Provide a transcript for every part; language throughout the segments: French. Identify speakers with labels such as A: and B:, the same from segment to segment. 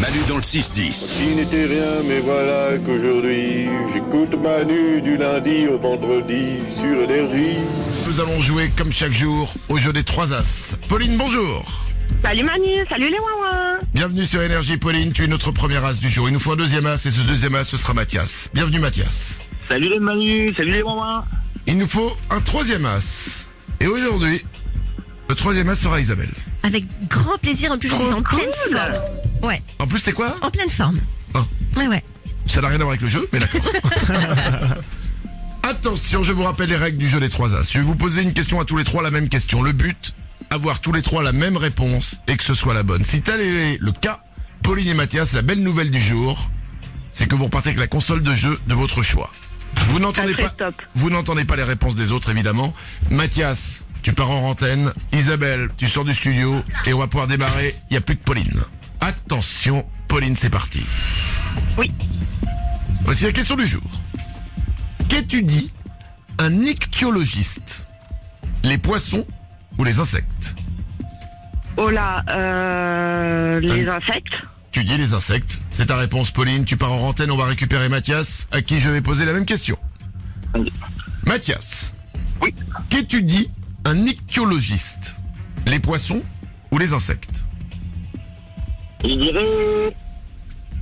A: Manu dans le 6-10.
B: Qui n'était rien, mais voilà qu'aujourd'hui, j'écoute Manu du lundi au vendredi sur Énergie.
C: Nous allons jouer comme chaque jour au jeu des trois as. Pauline, bonjour.
D: Salut Manu, salut les Wawa
C: Bienvenue sur Énergie, Pauline. Tu es notre première as du jour. Il nous faut un deuxième as et ce deuxième as, ce sera Mathias. Bienvenue, Mathias.
E: Salut les Manu, salut les mamans.
C: Il nous faut un troisième as. Et aujourd'hui, le troisième as sera Isabelle.
F: Avec grand plaisir, en plus je suis en pleine
D: cool.
F: forme. Ouais,
C: En plus, t'es quoi
F: en pleine forme.
C: Oh.
F: Ouais, ouais.
C: Ça n'a rien à voir avec le jeu, mais d'accord. Attention, je vous rappelle les règles du jeu des trois as. Je vais vous poser une question à tous les trois, la même question. Le but, avoir tous les trois la même réponse et que ce soit la bonne. Si tel est le cas, Pauline et Mathias, la belle nouvelle du jour, c'est que vous repartez avec la console de jeu de votre choix. Vous n'entendez
D: serait
C: pas,
D: top.
C: vous n'entendez pas les réponses des autres, évidemment. Mathias, tu pars en antenne. Isabelle, tu sors du studio et on va pouvoir démarrer. Il n'y a plus que Pauline. Attention, Pauline, c'est parti.
D: Oui.
C: Voici la question du jour. Qu'étudie un ichtyologiste Les poissons ou les insectes
D: Oh là, euh, les insectes.
C: Tu dis les insectes. C'est ta réponse, Pauline. Tu pars en antenne, on va récupérer Mathias, à qui je vais poser la même question. Mathias.
E: Oui.
C: Qu'étudie un ichtyologiste Les poissons ou les insectes
E: Je dirais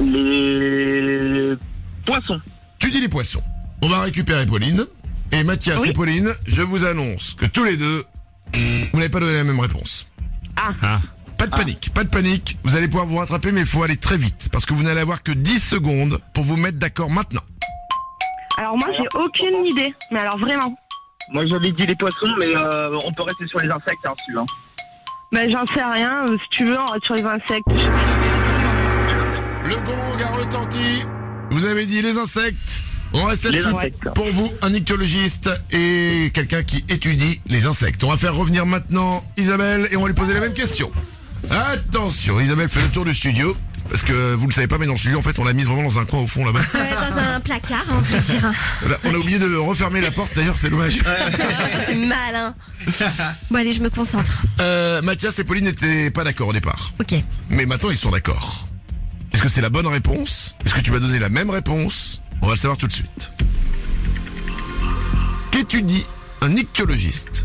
E: les poissons.
C: Tu dis les poissons. On va récupérer Pauline. Et Mathias
D: Oui.
C: et Pauline, je vous annonce que tous les deux, vous n'avez pas donné la même réponse.
D: Ah.
C: Pas de panique, pas de panique. Vous allez pouvoir vous rattraper, mais il faut aller très vite. Parce que vous n'allez avoir que 10 secondes pour vous mettre d'accord maintenant.
D: Alors moi j'ai aucune idée, mais alors vraiment.
E: Moi j'avais dit les poissons, mais euh, on peut rester sur les insectes hein, celui-là.
D: Ben j'en sais rien, euh, si tu veux, on reste sur les insectes.
C: Le gong a retenti. Vous avez dit les insectes. On reste
E: Les
C: là-dessus.
E: insectes.
C: Pour vous, un ichtyologiste et quelqu'un qui étudie les insectes. On va faire revenir maintenant Isabelle et on va lui poser la même question. Attention, Isabelle fait le tour du studio. Parce que vous le savez pas, mais dans le studio, en fait, on l'a mise vraiment dans un coin au fond là-bas.
F: Ouais, Euh, dans un placard, hein, on peut dire.
C: Là, On a oublié de refermer la porte, d'ailleurs, c'est dommage.
F: C'est malin. Bon, allez, je me concentre.
C: Euh, Mathias et Pauline n'étaient pas d'accord au départ.
F: Ok.
C: Mais maintenant, ils sont d'accord. Est-ce que c'est la bonne réponse Est-ce que tu vas donner la même réponse On va le savoir tout de suite. Qu'étudie un ichtyologiste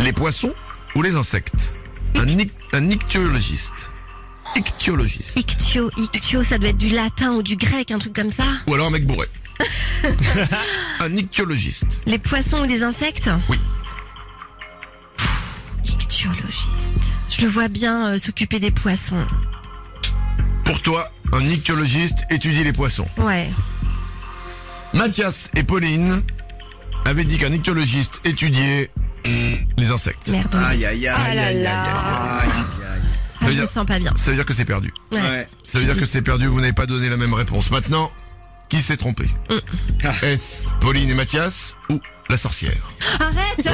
C: Les poissons ou les insectes un, ic- un ichtyologiste. Ichtyologiste.
F: Ictio, ictio, ça doit être du latin ou du grec, un truc comme ça.
C: Ou alors un mec bourré. un ichtyologiste.
F: Les poissons ou les insectes
C: Oui.
F: Ictiologiste. Je le vois bien euh, s'occuper des poissons.
C: Pour toi, un ichtyologiste étudie les poissons.
F: Ouais.
C: Mathias et Pauline avaient dit qu'un ichtyologiste étudiait les insectes.
F: Merde. oui.
G: Aïe aïe aïe aïe aïe aïe
C: Ah,
F: Ah,
C: veut
F: je me
C: dire-
F: sens pas bien.
C: Ça veut dire que c'est perdu.
F: Ouais.
G: aïe. Ouais.
C: Ça veut dire que c'est perdu, vous n'avez pas donné la même réponse. Maintenant, qui s'est trompé
F: Euh.
C: Ah. Est-ce Pauline et Mathias ou la sorcière
F: Arrête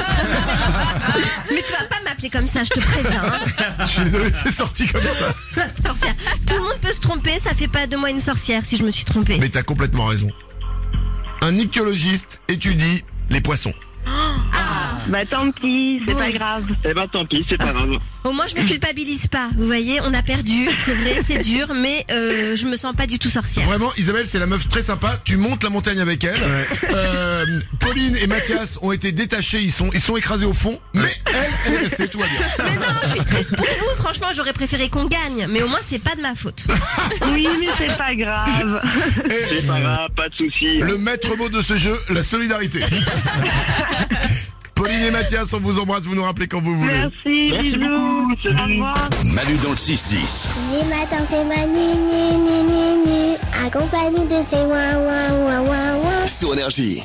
F: Mais tu vas pas m'appeler comme ça, je te préviens. hein.
C: Je suis désolé, c'est sorti comme ça.
F: La sorcière. Tout le monde peut se tromper, ça fait pas de moi une sorcière si je me suis trompée.
C: Mais t'as complètement raison. Un ichtyologiste étudie les poissons.
D: Bah tant pis, c'est
F: Bon.
D: pas grave.
E: Eh ben tant pis, c'est pas grave.
F: Au moins, je me culpabilise pas. Vous voyez, on a perdu, c'est vrai, c'est dur, mais euh, je me sens pas du tout sorcière.
C: Vraiment, Isabelle, c'est la meuf très sympa. Tu montes la montagne avec elle. Euh, Pauline et Mathias ont été détachés, ils sont, ils sont écrasés au fond. Mais elle, elle est restée, tout va bien.
F: Mais non, je suis triste pour vous. Franchement, j'aurais préféré qu'on gagne, mais au moins, c'est pas de ma faute.
D: Oui, mais c'est pas grave.
C: Et
E: C'est pas grave, pas de soucis.
C: Le maître mot de ce jeu, la solidarité. Pauline et Mathias, on vous embrasse, vous nous rappelez quand vous voulez.
D: Merci, bisous. Au revoir.
A: Manu dans le 6-10.
H: Les matins, c'est Manu, ni, ni, ni, ni, accompagné de ses ouin, ouin, ouin, ouin, ouin.
A: Sous énergie.